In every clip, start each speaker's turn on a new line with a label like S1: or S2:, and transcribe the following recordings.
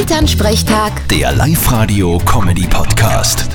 S1: Elternsprechtag,
S2: Der Live-Radio-Comedy-Podcast.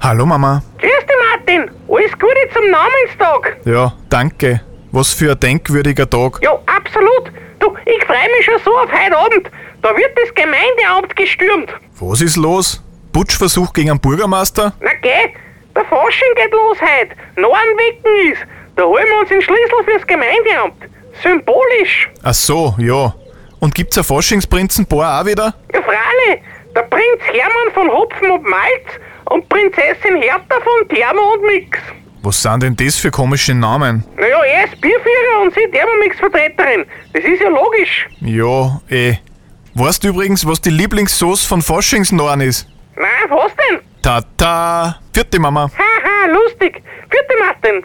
S3: Hallo Mama.
S4: Grüß dich, Martin. Alles Gute zum Namenstag.
S3: Ja, danke. Was für ein denkwürdiger Tag.
S4: Ja, absolut. Du, ich freue mich schon so auf heute Abend. Da wird das Gemeindeamt gestürmt.
S3: Was ist los? Putschversuch gegen einen Bürgermeister?
S4: Na geh, der Fasching geht los heute. Nornwecken ist. Da holen wir uns den Schlüssel fürs Gemeindeamt. Symbolisch.
S3: Ach so, ja. Und gibt's ein Faschingsprinzenpaar auch wieder?
S4: Ja, Frale, der Prinz Hermann von Hopfen und Malz und Prinzessin Hertha von Thermo und Mix.
S3: Was sind denn das für komische Namen?
S4: Naja, er ist Bierführer und sie Thermomix-Vertreterin. Das ist ja logisch.
S3: Ja, eh. Weißt du übrigens, was die Lieblingssauce von Faschingsnorn ist?
S4: Na, was denn?
S3: Tata! Vierte Mama.
S4: Haha, lustig. Vierte Martin.